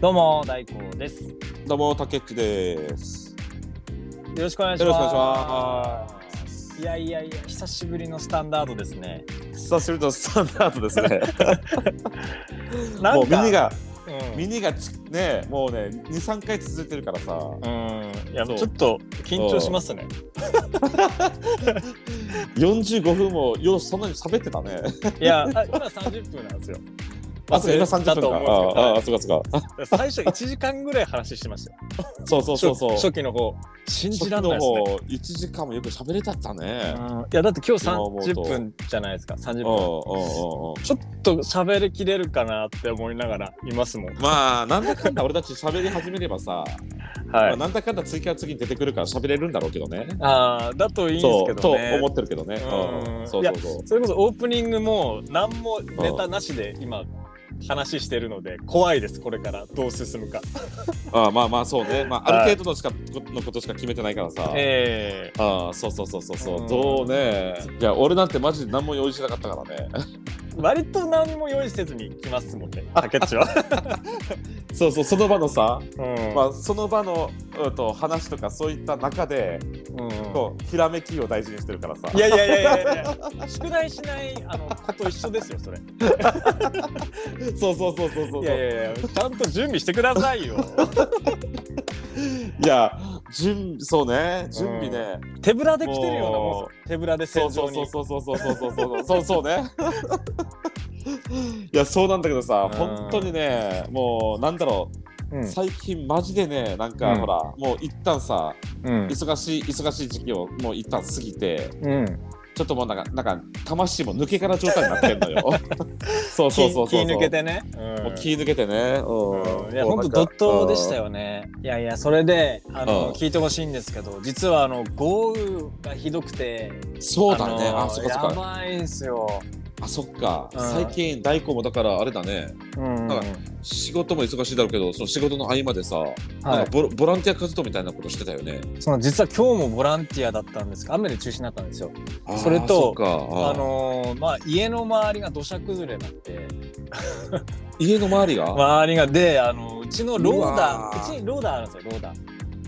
どうも大光です。よどうも、たけっちです。ろしくお願いしよろしくお願いしま。ますいやいやいや久しぶりのスタンダードですね。す。久しぶりのスタンダードですね。 なもうんか耳が、うん耳がち、ね、もうね、二三回続いてるからさ。うんいやちそうょっと緊張しますね。四十五分も、よう、そんなに喋ってたね。いやあ今三十分なんですよ。あ、そう、今三十だと分か。思うんですけどああ、あそうか、そうか。最初一時間ぐらい話してましたよ。そうそうそうそう。初初期の方信じらんないで初期すのね。方一時間もよく喋れたったね。うんいやだって今日今三思十うと分じゃないですか三う十ん、うん、う分。ん、うん。ちょっと喋りきれるかなって思いながらいますもん。まあ、なんだかんだ、俺たち喋り始めればさ。まはあい。なんだかんだ、次から次に出てくるから、喋れるんだろうけどね。ああだといいんですそけう、とどね思。ってるけどね。うんうん、そうそうそう。それこそオープニングも何もネタなしで今話してるので怖いですこれからどう進むか。ああまあまあそうね、まあ、はいある程度のしか、のことしか決めてないからさ、えああそうそうそうそうそううんどうねいや俺なんてマジで何も用意してなかったからね え割と何も用意せずに来ますもんね竹内は。そうそうその場のさ、うんまあ、その場の、うん、と話とかそういった中でうこうひらめきを大事にしてるからさん、いやいやいやいやいや宿題しないあのこと一緒ですよそれ。いそうそうそうそうそういややいいやいやちゃんと準備してくださいよ。や準備そうね準備ね、手ぶらで来てるようなもんもですよ手ぶらでそ戦うそ場にうそう。そうそうそうそうそうそうそうそ うねいやそうなんだけどさうん本当にねもうなんだろううん最近マジでねなんか、うんほらもう一旦さうん忙しい忙しい時期をもう一旦過ぎてうんちょっともうなんかなんか魂も抜け殻状態になってんの よそう気そうそうそう気抜けてね。もううん気抜けてねうん、いや本当怒涛でしたよね。いやいやそれであうのん聞いてほしいんですけど、実はあの豪雨がひどくて、うんそうだねのあそっかやそっかばいんすよ。あそっか、うん最近大根もだからあれだねうんだか仕事も忙しいだろうけどその仕事の合間でさ、なんはかボボランティア活動みたいなことしてたよねい。その実は今日もボランティアだったんですが雨で中止になったんですよ。あーそれとそっかああののーまあ家の周りが土砂崩れになって、家の周りが、周りがであのうちのローダうわーうーちにローダーあるんですよローダー。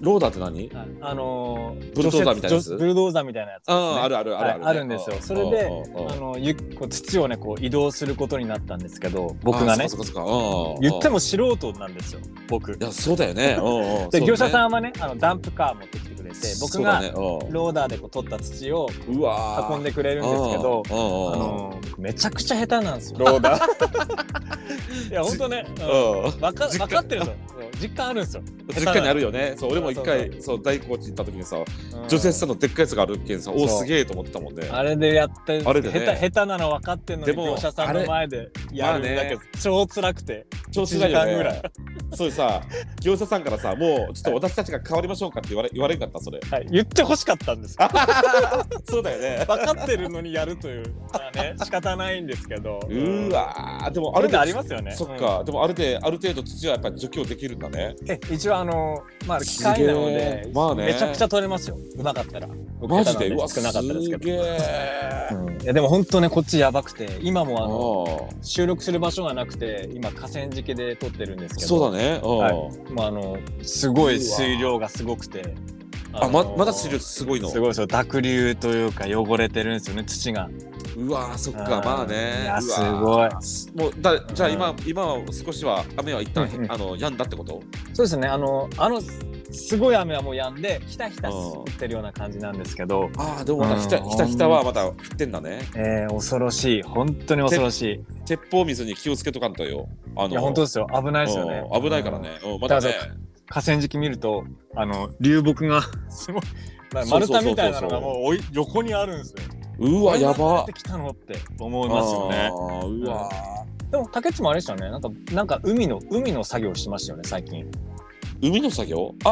ローダーって何ああのブルドーザーみたいなやつ除雪ブルドーザーみたいなやつですね。ああるあるあるはいあるんですよそれでうんうんうんあのゆこう土をねこう移動することになったんですけど僕がねあそっかそっかそっか言ってもも素人なんですよ僕いやそうだよねうんうんで業者んさんはねあのダンプカー持ってきてくれて僕がローダーでこう取った土をうわー運んでくれるんですけどうんうんあうんの僕めちゃくちゃ下手なん ですよローダーいや本当ねうん分か実家分かってるんですよ実感あるんですよ実家にあるよねそう俺も一そう回そう大工地行った時にさうん女性さんのでっかいやつがあるけんさおおそうすげえと思ってたもんねあれでやってあれでね下手下手なの分かってんのにでも業者さんの前でやるんだけどま超辛くて調子がいいよ一時間ぐらねそうさ業者さんからさもうちょっと私たちが変わりましょうかって言われ言われんかったそれはい言ってほしかったんですそうだよね分かってるのにやるというまあ ね仕方ないんですけどうーわーでもああれれでありますよねそっかでもあれである程度土はやっぱり除去できるんだねうんえ一応あのまあ機械なのすげでーまあねめちゃくちゃ取れますようまかったらマジ下手なでんうわ少すなかったですけどげえうんいやでも本当ねこっちやばくて今もあの あ収録する場所がなくて今河川敷で撮ってるんですあけどそうだね。うんはいもうあのすごい水量がすごくてあ、のままだ水量すごいのす。ごいですよ濁流というか汚れてるんですよね土がうわーそっかうんまあね。いやうわすーごいもうだじゃあうん今今は少しは雨は一旦、うんうんあの止んだってこと？そうですねあのあのすすごい雨はもう止んでひたひた降ってるような感じなんですけど、ああでもまうんだひたひたひたはまだ降ってんだね。えー、恐ろしい本当に恐ろしい鉄砲水に気をつけとかんとよ。あのいや本当ですよ危ないですよねうん危ないからね。うんまだねだ。うん河川敷見るとあの流木が すごいなんか丸太みたいなのがもうおい横にあるんですようわやばっ。てきたのって思いますよねあーうわでも竹内もあれでしたよねなんかなんか海の海の作業してましたよね最近ー。海の作業？海で、あ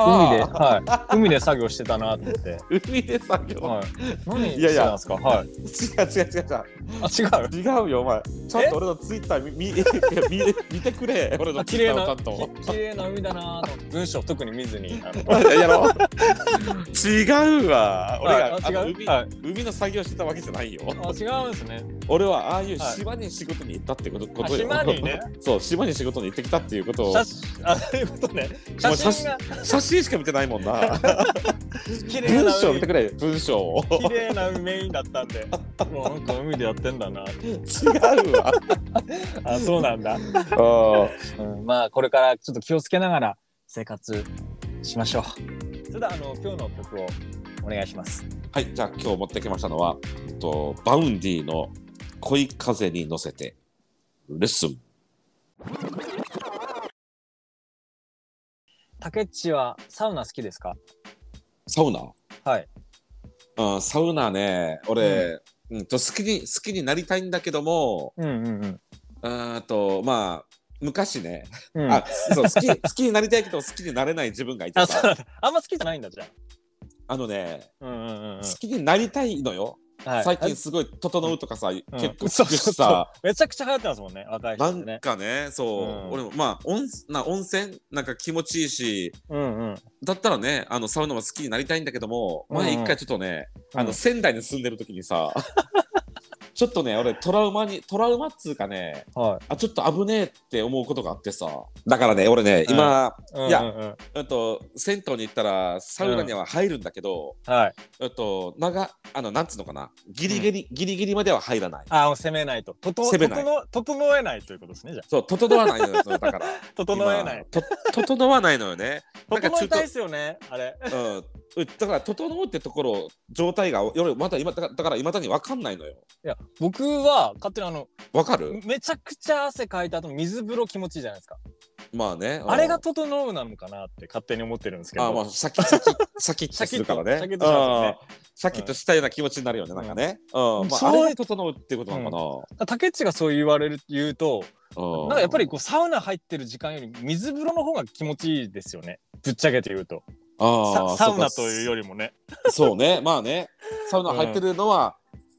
はい、海で作業してたなと思って、あ海で作業。 はい、何しいやていやたんですかはい違う違う違う違う。あ違う違うよお前ちゃんと俺のツイッター見見見れ見てくれ俺のあツ綺イ麗ッターをなちゃんとき綺麗な海だなと思って文章特に見ずにあのやろ違うわ俺がああ違のう海はい海の作業してたわけじゃないよあ違うんですね俺はああいうはい島に仕事に行ったってこと,、ことあ島にねそう島に仕事に行ってきたっていうことを写真あそういうことねもう写真が写真しか見てないもんな綺麗文な章を見海てくれ文章を綺麗な海メインだったんでもうなんか海でやってんだな違うわあそうなんだ、あうん、まあこれからちょっと気をつけながら生活しましょうそれではあの今日の曲をお願いしますはいじゃあ今日持ってきましたのは、えっと、バウンディの「恋風に乗せて」レッスン竹内はサウナ好きですかサウナはいうん、サウナね俺、うんと好きに好きになりたいんだけどもうんうんうんうーんとまあ昔ね、うんあそう好き好きになりたいけど好きになれない自分がいてあそうさなんだあんま好きじゃないんだじゃあのね、あうんうんうんうん好きになりたいのよ、はい最近すごい「整う」とかさ、うん結構そうそう聞くしそうさ、めちゃくちゃ流行ってますもんね若いな人んねかねそう、うん俺もまあ温な温泉なんか気持ちいいしうんうんだったらねあのサウナも好きになりたいんだけども前うん一回ちょっとね、あうのん仙台に住んでる時にさ ちょっとね俺トラウマにトラウマっつうかねはあちょっと危ねえって思うことがあってさだからね俺ね今、いいやうんうんうんえっと、銭湯に行ったらサウナには入るんだけど、はいえっと長あのなんつうのかなギリギリ、ギリギリまでは入らないあもう攻めないととと攻めない整整えないということですねじゃそう整わないのよだからあ 整えない今と整わないのよね、なんか整えたいですよねあれうんうん、だから整うってところ状態が俺まだ今だからいまだに分かんないのよいや僕は勝手にあの分かるめちゃくちゃ汗かいた後水風呂気持ちいいじゃないですかまあねあれがうん整うなのかなって勝手に思ってるんですけどあまあシャキシャキシャキッ とするからねシャキッとシャキッとしますよねうんシャキッとしたような気持ちになるよね、なんかね、うんまあ、そうあれが整うってことなだのから竹内がそう言われる言うとかな、うんなんかやっぱりこうサウナ入ってる時間より水風呂の方が気持ちいいですよねぶっちゃけて言うとあサーサウナというよりもねそうね、まあね、サウナ入ってるのは、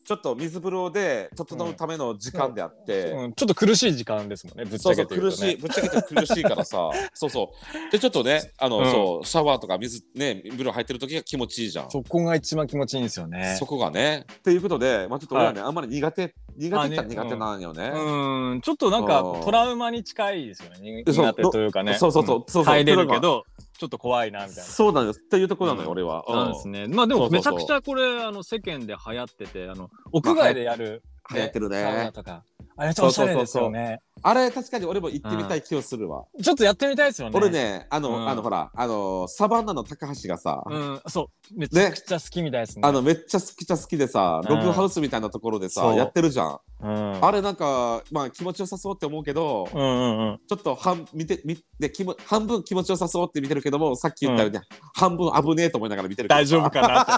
ちょっと水風呂で整うための時間であって、うん、ちょっと苦しい時間ですもんねぶっちそゃうそけうて言苦うとしい、ねぶっちゃけて苦しいか らさ、そうそう。で、ちょっとね、あの、うんそう、シャワーとか水、ね、風呂入ってる時が気持ちいいじゃん。そこが一番気持ちいいんですよねそこがね。っていうことで、まあ、ちょっと俺はね、あんまり苦手、苦手っちゃあね苦手なんよね。うんちょっとなんかうんトラウマに近いですよねにそう苦手というかねそうそうそうそうそうん耐えれるけどちょっと怖いなみたいなそうなんです。っていうところなのよ、うん俺は。そうですね。まあでそもうそめうちそゃうくちゃこれあの世間で流行っててあの屋外でやる、流行ってるサウナね。とかあれちょっとおしゃれですよね。あれ、確かに俺も行ってみたい気をするわ。ちょっとやってみたいですよね。俺。ね、あの、うんあの、ほら、あの、サバンナの高橋がさ、うんそうめちゃくちゃ好きみたいですね。あのめっちゃ好きちゃ好きでさ、うんログハウスみたいなところでさ、そうやってるじゃん。うんあれなんか、まあ気持ちよさそうって思うけど、うんうんうんちょっと半見て見て気も半分気持ちよさそうって見てるけども、さっき言ったように、半分危ねえと思いながら見てるけど。大丈夫。かなって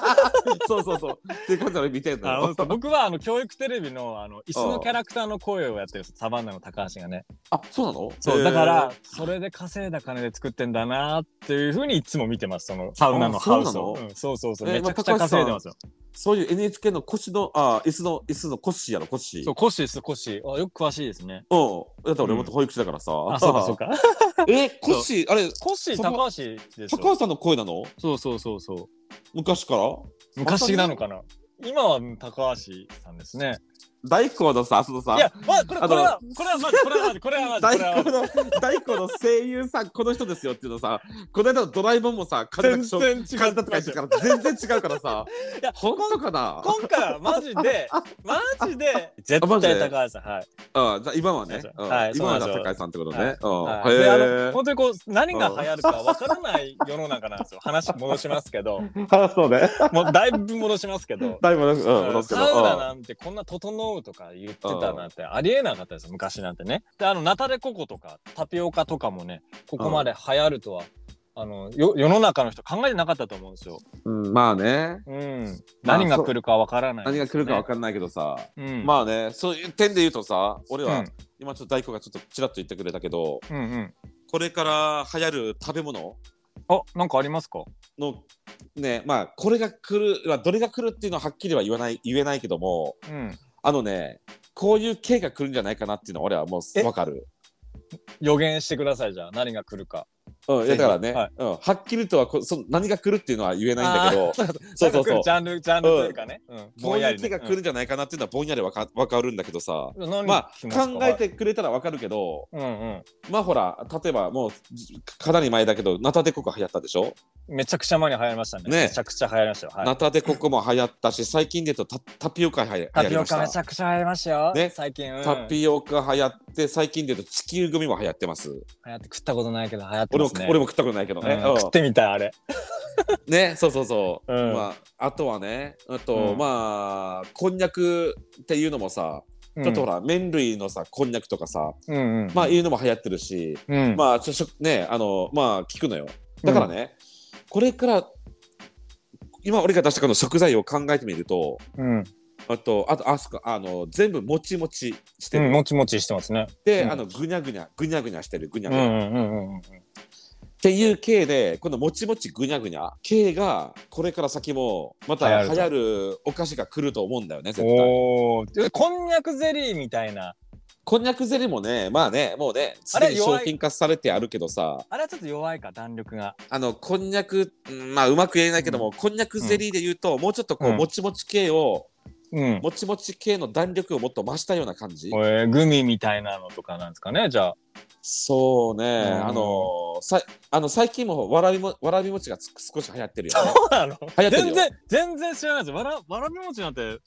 そうそうそう。っていう感じで俺見てるのあよ。 の僕はあの教育テレビのあの椅子のキャラクターの声をやってるんですサバンナの高橋がねあ、そうなのそへうえだからそれで稼いだ金で作ってんだなっていうふうにいつも見てますそのサウナのあそハうウなスのを、うんそうそうそうえめちゃくちゃ稼いでますよそういう NHK の腰の、あ、椅子の、椅子の腰やろ、腰。そう、コッシーです、コッシー。あ、よく詳しいですね。うん。だって俺もっと保育士だからさ。あ、そうか、そう。か。 え、腰、あれ、コッシー、そこ高橋です高よ。橋さんの声なのそうそうそうそう。昔から昔なのかな。今は高橋さんですね。大工のさ、そのさい、や、まあ、これ、あのこれは、これはまず、これはまず、これはまず、大これは工まず。の大工の声優さんこの人ですよっていうのさこの間のドラえもんもさ金田全然違金田うとか言ってたから全然違うからさいや本当かな今回はマジで、マジで、絶マジ対で高橋さん。はい。あじゃあ今はね、そううそうんはい今はじそうなゃんあですよ高井さんってことね、はいうんであへの本当にこう何が流行るかわからない世の中なん ですよ。話戻しますけど、えあそうねもうだいぶ戻しますけど、だいぶうん戻すけサどウナなんてこんな整うとか言ってたなんてありえなかったです昔なんてねであのナタデココとかタピオカとかもねここまで流行るとはあのよ世の中の人考えてなかったと思うんですよ、うん、うんまあねうん、まあ何が来るかわからない、何が来るかわかんないけどさ、んない、うん、まあねそういう点で言うとさ俺は、うん今ちょっと大工がちょっとちらっと言ってくれたけどうんうんこれから流行る食べ物あなんかありますかのねまあこれが来る、まあ、どれが来るっていうのははっきりは言わない言えないけどもうんあのねこういう系が来るんじゃないかなっていうのは俺はもえうわかる予言してくださいじゃあ何が来るかうん、いやだからね、はいうん、はっきりとはこそ何が来るっていうのは言えないんだけどあーそうそう そうそうそうジャンルジャンルというかね、うん、どういう手がね来るんじゃないかなっていうのはぼんやりわかわかるんだけどさうん何まあ聞きすか考えてくれたらわかるけどうんまあほら例えばもうかなり前だけどナタデココ流行ったでしょ、うんめちゃくちゃ前に流行りましたねねめちゃくちゃ流行りましたよ、はい、ナタデココも流行ったし最近で言うとタタピオカ流行流タ行ピりオましカめちたゃくちゃ流行りましたよ、ね最近、うん、タピオカ流行って最近で言うと地球組も流行ってます流行って食ったことないけど流行って俺まもすね俺も食ったことないけどね、うんうん食ってみたいあれねそうそうそう、うんまああとはねあと、うんまあこんにゃくっていうのもさちょっとほら、麺類のさこんにゃくとかさうんうんうんまあいうのも流行ってるし、うんまあちょっとねあのまあ聞くのよだからね、これから今俺が出したこの食材を考えてみるとうんあとあとあそこあの全部もちもちしてうる、んもちもちしてますねで、うんあのぐにゃぐにゃぐにゃぐにゃしてるぐにゃうんぐうにゃ、っんうんうんていう系でこのもちもちぐにゃぐにゃ系がこれから先もまた流流行る行るお菓子が来ると思うんだよね絶対おおーこんにゃくゼリーみたいなこんにゃくゼリーもねまあねもうねすでに商品化されてあるけどさあれはちょっと弱いか弾力があのこんにゃくうんまあうまく言えないけども、こんにゃくゼリーで言うと、もうちょっとこう、うんもちもち系をうんもちもち系の弾力をもっと増したような感じ、えーグミみたいなのとかなんですかねじゃあそうね、んあのさあの最近もわらびもわらび餅がつ少し流行ってるよね そうなの流行ってるよ全然全然知らないですわらわらび餅なんて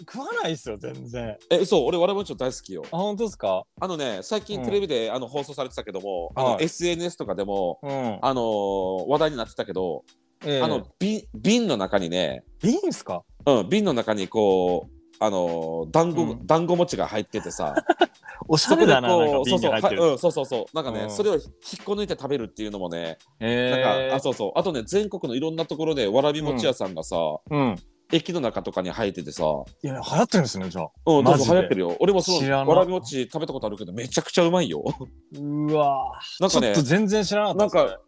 食わないっすよ全然え嘘俺わらび餅大好きよあ本当ですかあのね最近うんテレビで、あの放送されてたけどもあの、はい SNS とかでもうんあのー話題になってたけど、えーあの瓶瓶の中にね、いいんすかうん、瓶の中にこうあのー団子、うん団子餅が入ってて さおしゃれだななんかそ瓶うそにう、は入っているうん、そうそうそう、なんかね、うんそれを引っこ抜いて食べるっていうのもね、なんえか、あ、そうそう、あとね、全国のいろんなところでわらび餅屋さんがさ、ーうん駅の中とかに入っててさ、ういや流行ってるんですねじゃあん、どマうジぞで流行ってるよ。俺もそ知らなのわらび餅食べたことあるけど、めちゃくちゃうまいよ。うわーなんかちょねっと、全然知らなかなっんたですねか。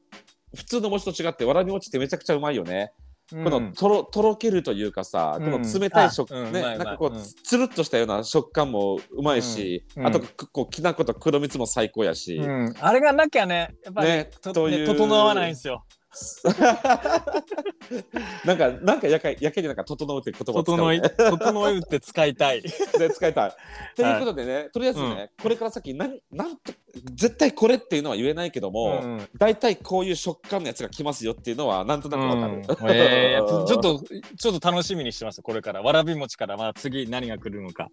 普通の餅と違ってわらび餅ってめちゃくちゃうまいよね。うんこのとろとろけるというかさ、うんこの冷たい食、あうんね、うまいうなまいんかこう、うんつるっとしたような食感もうまいし、うんうんあとくこうきな粉と黒蜜も最高やし、うん、あれがなきゃね、やっぱり、ねととねいう整わないんですよ。なんか、なんかやか、やけになんか整うって言葉を使う整い、整いって使い たい。で 使いたい。ということでね、とりあえずね、うんこれから先、なん、なんと、絶対これっていうのは言えないけどうも。ん、大体こういう食感のやつが来ますよっていうのは、なんとなくわかる。えーちょっと、ちょっと楽しみにしてます、これから。わらび餅から、まあ次何が来るのか。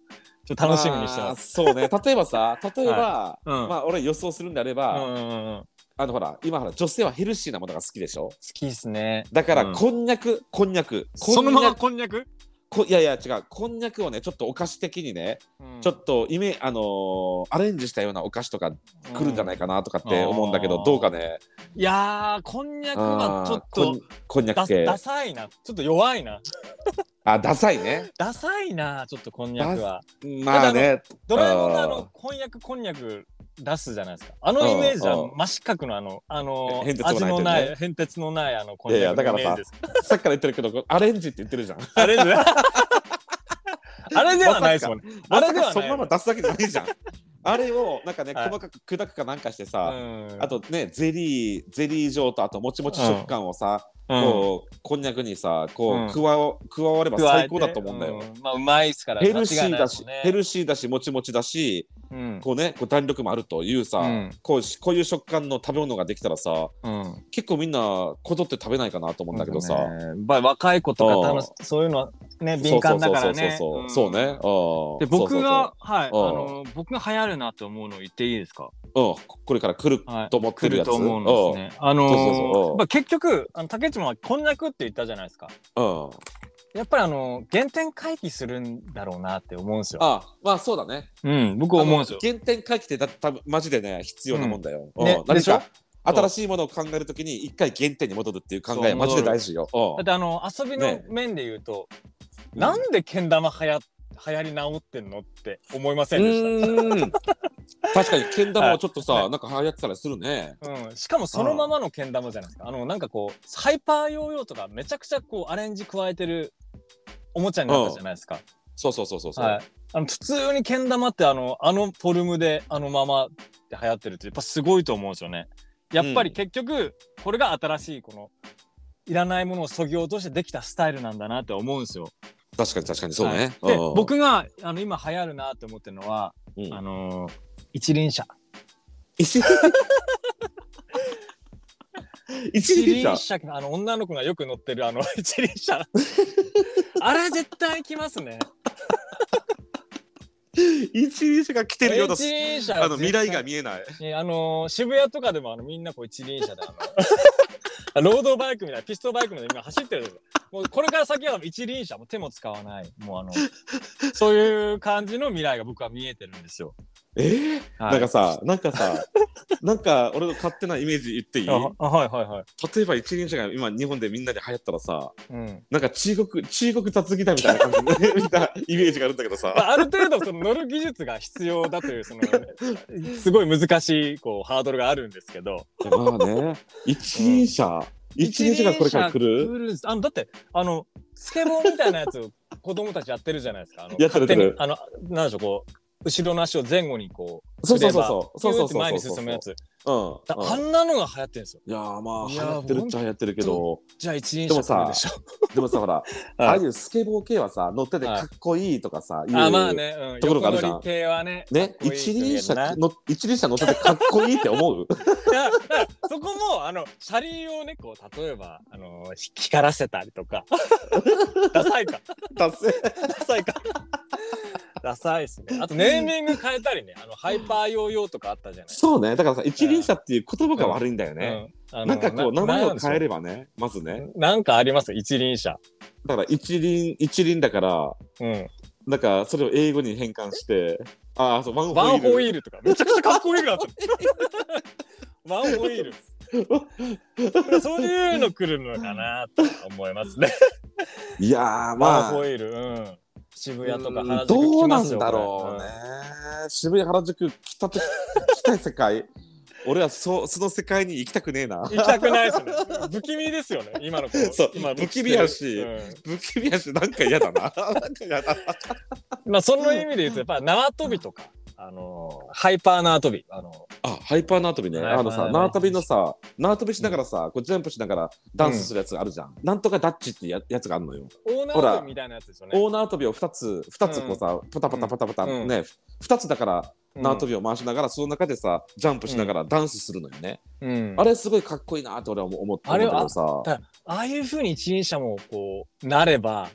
ちょっと楽しみにしてまあます。そ うね、例えばさ、例えば、うんまあ、俺予想するんであれうんば、うんうん、好あの、ほら、今ほら、女性はヘルシーなものが好きでしょきですね。だから、うんこんにゃく、こんにゃく、そこんにゃくのままこんにゃく、こいやいや、違う、こんにゃくをね、ちょっとお菓子的にね、うんちょっとイメ、あのーアレンジしたようなお菓子とか来るんじゃないいかなとかって思うんだけど、うんどうかね。いやー、こんにゃくはちょっあーこんとこんにゃだく系ダサいな。ちょっと弱いな。あダサいねダサいな、ちょっとこんにゃくは。まあねドラえもんのああーのこんにゃくこんにゃく出すじゃないですか。あのイメージうはんうん真四角のあのあの変哲味ものなないというねい変哲のないあのこんにゃくいやいやだのかイメらさージです。さっきから言ってるけどこうアレンジって言ってるじゃんあれであれではないですもんね。あまれさでかはそなのいまま出すだけじゃないじゃんあれをなんかねはい細かく砕くかなんかしてうさ、んあとねゼリーゼリー状とあともちもち食感をさ、うんこうこんにゃくにさこう、うん加わ加われば加え最て高だと思うんだよ、うまあうまいですからヘルシ間違いーないだですし、もんねヘルシーだしもちもちだしうんこうねこう弾力もあるというさ、うんこうしこういう食感の食べ物ができたらさうん結構みんなこぞって食べないかなと思うんだけどさ、そうですねやっぱり若い子とか楽しそういうのはね敏感だからね。そうそうそうそうそうね。あーで僕がはいあうんの僕が流行るなと思うのを言っていいですか。そうそうそううんここれから来るはいと思って来るるやつ。と思うんですね。あのーそうそうそううんまあ結局あの竹内もはこんにゃくって言ったじゃないですか。うん。うんやっぱりあのー原点回帰するんだろうなって思うんですよ。あ、まあそうだね。うん、僕思うんですよ。あの原点回帰ってだ多分マジでね必要なもんだよ。うんうんね何でしょか新しいものを考えるときに一回原点に戻るっていう考えそうマジで大事よ。だうっんてあの遊びのね面で言うと、うんなんでけん玉はや流行り直ってんのって思いませんでしうーん。 確かにけん玉はちょっとさ、はいなんか流行ってたりするね。た。うん、しかもそのままのけん玉じゃないですか。あのなんかこうハイパーヨーヨーとかめちゃくちゃこうアレンジ加えてるおもちゃになったじゃないですか。そうそうそうそうそう。はい、あの普通にけん玉ってあのあのフォルムであのままで流行ってるってやっぱすごいと思うんですよね。やっぱり結局これが新しいこのいらないものをそぎ落としてできたスタイルなんだなって思うんですよ。確かに確かにそうね。はいでうん、僕があの今流行るなって思ってるのは、うんあのー一輪車。 一一輪車輪車あの女の子がよく乗ってるあの 一輪 車。あれ絶対来ますね。一輪車が来てるような一輪車あの未来が絶見えない。対ねあのー渋谷とかでもあのみんなこう一輪車であの ロードバイクみたいなピストバイクみたいな今走ってるんですよもうこれから先は一輪車もう手も使わないもうあのそういう感じの未来が僕は見えてるんですよ。えーはいなんかさ、なんかさ、なんか俺の勝手なイメージ言っていいああはいはいはい。例えば一輪車が今日本でみんなで流行ったらさ、うんなんか中国、中国雑技団みたいな感じで見たイメージがあるんだけどまさ、あ、ある程度その乗る技術が必要だというそのすごい難しいこうハードルがあるんですけど まあね、一輪車、一輪車がこれから来一輪車る来んですあのだってあのスケボーみたいなやつを子供たちやってるじゃないですかあのやってる勝手にやってあのなんでしょうこう後ろの足を前後にこうそうそう振ればそうそうそうそうピューって前に進むやつうんだうんあんなのが流行ってるんですよいやーまあい流やー行ってるっちゃ流行ってるけどじゃあ一輪で車もさ来るでしょでもさほら、はいああいうスケボー系はさ乗っててかっこいいとかさ、い、うあまあね、うん、ところがあるじゃん横乗り系はねねかっこいい一輪車けどなの一輪車乗っててかっこいいっ て思ういやだから そこもあの車輪をねこう例えばあのひ光らせたりと かダサいか達成ダサいかダサいですねあとネーミング変えたりねあのハイパーヨーヨーとかあったじゃないそうねだからさ一輪車っていう言葉が悪いんだよね、うんあのなんかこう名前を変えるればねまずねなんかあります一輪車だから一輪一輪だからうんなんかそれを英語に変換してああそうワンワンホイイールとかめちゃくちゃかっこいいな ってワンホイールそういうの来るのかなと思いますね、ルいやーワンまあホイール、うん、渋谷とかうん原宿どう来なまんすよだろうね、渋谷原宿来たと来た世界 俺はそその世界に行きたくねえな行きたくないですよね。 不気味ですよね、今の子。そう今不気味やしう不気味やしなんか嫌 だななんか嫌だんまあ、その意味で言うと、やっぱ縄跳びとか、あのーハイパー縄跳び、あのあハイパー縄跳びねハイパーあのさ縄縄跳跳びびのさ縄跳びしながらさこうジャンプしながらダンスするやつがあるじゃん、なんとかダッチってややつがあるのよ、大縄跳びみたいなやつですよね。大縄跳びを2つ2つこうさ、パタパタパタパタ、うんね2つだからうん縄跳びを回しながら、その中でさジャンプしながらダンスするのよね、うんああれすごいかっこいいなって俺は思思ったんだけどされあいうふうに一輪車もこうなれば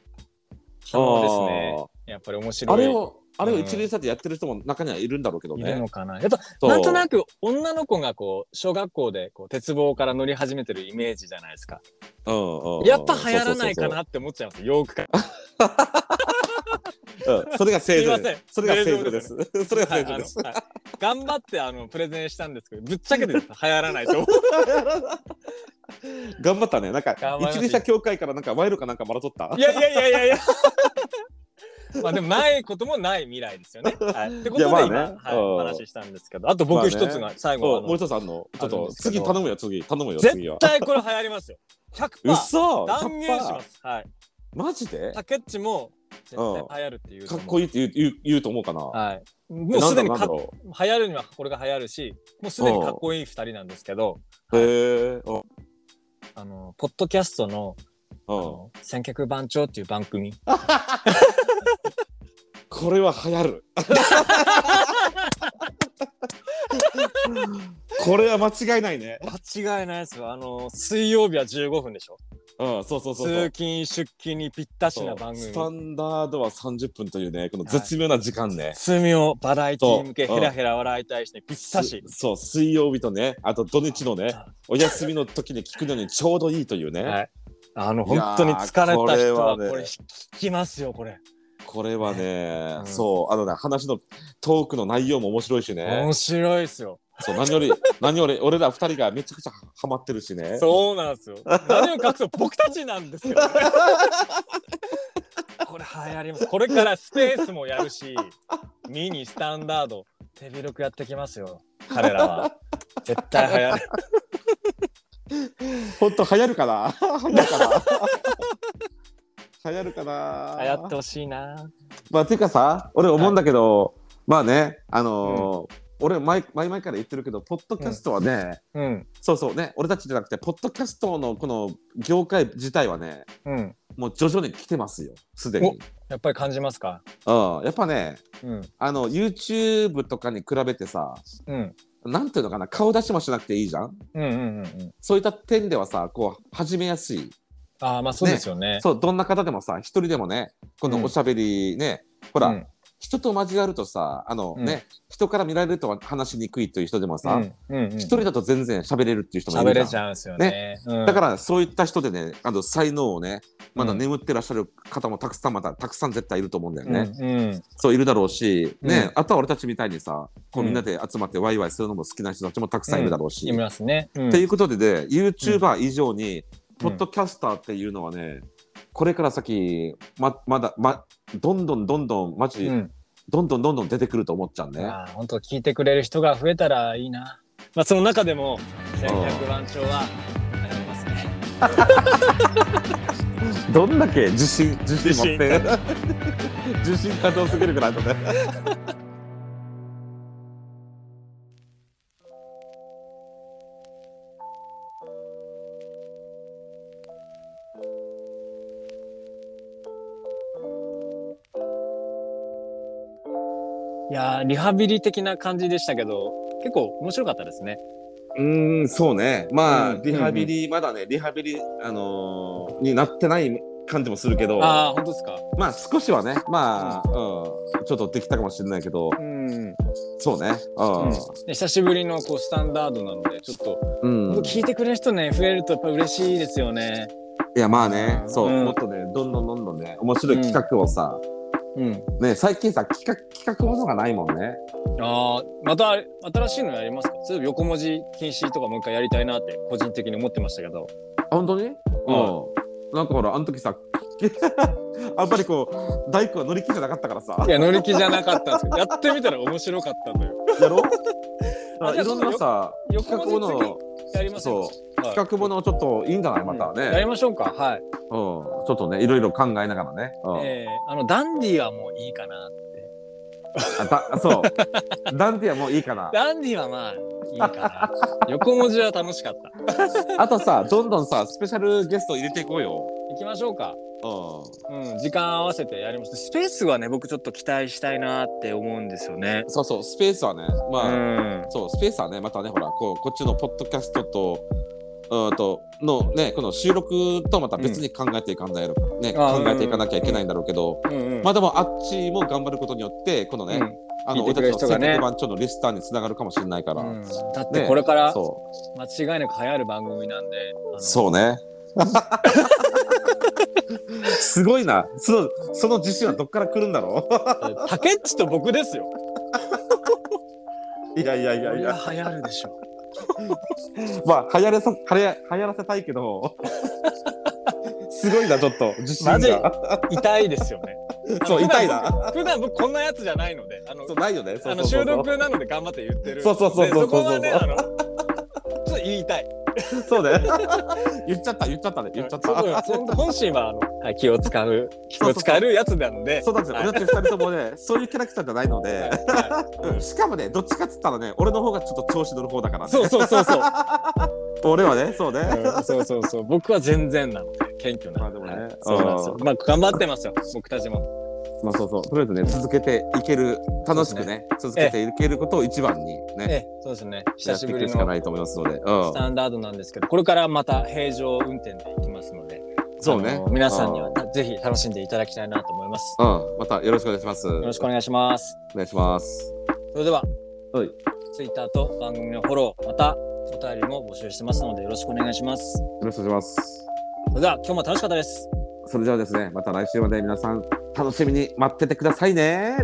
可能ですね。やっぱり面白い。あれを、あれをうん一輪車でやってる人も中にはいるんだろうけどいるねの。かな。やっぱそうなんとなく女の子がこう小学校でこう鉄棒から乗り始めてるイメージじゃないですか。うんうんやっぱ流行らないかなって思っちゃいます。よくか。そうそうそううんそれが正常です。すそいれまがせん正常です。それが正常です。はいあのはい頑張ってあのプレゼンしたんですけど、ぶっちゃけてです流行ら ないと思う。頑張ったね。なんか頑張りまし一た輪車協会からなんかワイルかなんかもらっとった。いやいやいやいやいや。まあでもないこともない未来ですよね。はい、ってことでいやま今、あねはい、うんお話ししたんですけど、あと僕ま一あねつが最後おあのもう一つあんの。ちょあるっんとですけど次頼むよ次頼むよ次絶は。対これ流行ります よ。100%嘘。断言しま100%。す。はい。マジで。タケッチも絶対流行るっていうとか思っう。こいいって言う言う言うと思うかな。はい。もうえなんすだでろにうなかんだ流ろ行るにはこれが流行るし、もうすでにかっこいい二人なんですけど、う。へえ。うんあのポッドキャストのあうん。の千客番長っていう番組。これは流行る。これは間違いないね。間違いないですよ。あの水曜日は15分でしょ。うん、そうそうそうそう通。勤出勤にぴったしそうな番組ス。タンダードは30分というね、この絶妙な時間ね。絶妙バラエティ向けそうヘラヘラ笑いたいしねぴったし。すそう、水曜日とね、あと土日のね、お休みの時に聞くのにちょうどいいというね、はい。あの本当に疲れた人はこれ聞きますよこれ。これはね、うんそう、あのね、話のトークの内容も面白いしね面、白いですよ。そう何 より、何より、俺ら二人がめちゃくちゃハマってるしね、そうなん ですよ。何を隠そう僕たちなんですよ、 ね。これ流行ります。これからスペースもやるし、ミニスタンダード手広くやってきますよ。彼らは絶対流行る。本当流行るかな、 流行るかな、流行るかな、流行ってほしいな。まあ、ていうかさ、俺思うんだけど、まあね、あのー俺前前々から言ってるけどポッドキャストはね、うん。そうそうね俺たちじゃなくてポッドキャストのこの業界自体はねうん。もう徐々に来てますよすでに、やっぱり感じますかうん、やっぱねうん。あの YouTube とかに比べてさうん。なんていうのかな顔出しもしなくていいじゃんうんうんうんうん。そういった点ではさこう始めやすいああ、まあそうですよね。そうどんな方でもさ一人でもねこうのんおしゃべりね、ほほら、人と交わるとさあの、うんね人から見られるとは話しにくいという人でもさ、うんうんうん、一人だと全然喋れるっていう人もい喋るじゃれんちゃうんですよね。うんだからそういった人でねあの才能をねまだうん眠ってらっしゃる方もたくさんまたたくさん絶対いると思うんだよね、うんうんそういるだろうし、うんねあとは俺たちみたいにさこううんみんなで集まってワイワイするのも好きな人たちもたくさんいるだろうし、いますね。うんっていうことでね YouTuber 以上に、ポッドキャスターっていうのはねこれから先ままだまどんどんどんどんマジ、うんどんどんどんどん出てくると思っちゃうね。ああ本当聞いてくれる人が増えたらいいな。まあその中でも1200番長は悩みますね。どんだけ自信自信持って 自信過剰すぎるからね。いやーリハビリ的な感じでしたけど結構面白かったですね。うーんそうねまあ、うんリハビリ、まだねリハビリあのーになってない感じもするけどああ本当ですか。まあ少しはねまあ、うん、ちょっとできたかもしれないけどうん。そうねうんで久しぶりのこうスタンダードなのでちょっと、うん、うん、い聞いてくれる人ね増えるとやっぱ嬉しいですよね。やまあねそう、うんもっとねどんどんどんどんね面白い企画をさ、うん。ね最近さ企画企画ものがないもんねああまた新しいのやりますか。ちょっと横文字禁止とかもう一回やりたいなって個人的に思ってましたけど。あ本当にうんなんかほらあの時さ あんまりこう大工は乗り気じゃなかったからさいや乗り気じゃなかったんですけどやってみたら面白かったという。やろあじゃあい ろんなさよ企画もの横文字やりましょそうう企画ものをちょっといいんじゃないまたうんやりね、ましょうか。はい。うん、ちょっとねいろいろ考えながらね、うんえー、あのダンディはもういいかな。あだそうダンディアもういいかなダンディはまあいいかな。横文字は楽しかった。あとさどんどんさスペシャルゲスト入れていこうよ、行きましょうか。ううん、時間合わせてやりました。スペースはね、僕ちょっと期待したいなって思うんですよね。ん、そうそうスペースはねうまあ、ん。そうスペースはねまたねほらこうこっちのポッドキャストとうんとのねこの収録とまた別に考えていかない、ねあ考えていかなきゃいけないんだろうけど、うんうん。まあでもあっちも頑張ることによってこのね、うんあの聞い俺てたくれちる人の選がね択番長のリスターにつながるかもしれないから、うんだっねてこれからそ間違いなく流行る番組なんでうそうねすごいなそのその自信はどっから来るんだろう竹っちと僕ですよう いやいやいこやいれやは流行るでしょまあ流行らさ流行流行らせたいけどすごいなちょっと自信マジが痛いですよね そう痛いなあの普段僕普段僕こんなやつじゃないのであのそうないよねそあうそのうそ収う録なので頑張って言ってるそうそうそうそうでそこはねそうあそのちょっと言いたいそうね 言っちゃった言っちゃったね言っちゃったちょっと本心はあのはい気を使う気を使うやつなんでそうなんですよ。俺たち二人ともね、そういうキャラクターじゃないので、はいはいしかもね、どっちかっつったらね、俺の方がちょっと調子乗る方だから、ね。そうそうそうそう 俺はね、そうね。うんそうそうそう僕は全然なので謙虚なので,まはい、あでもねそうなんですようまあ頑張ってますよ僕たちもまあそうそう。とりあえずね、続けていける、楽しくね、続けていけることを一番にえね、えそうですねや久ってしいぶくりしかのないと思いますので、スタンダードなんですけどこれからまた平常運転で行きますのでうん。そうあねの。皆さんにはうぜひ楽しんでいただきたいなと思いますうん、またよろしくお願いします。よよろしくお願いしますお願いします。それでは、はいツイッターと番組のフォローまたお便りも募集してますのでよろしくお願いしますよろしくお願いします。それでは今日も楽しかったですそれではですね、また来週まで皆さん、楽しみに待っててくださいね。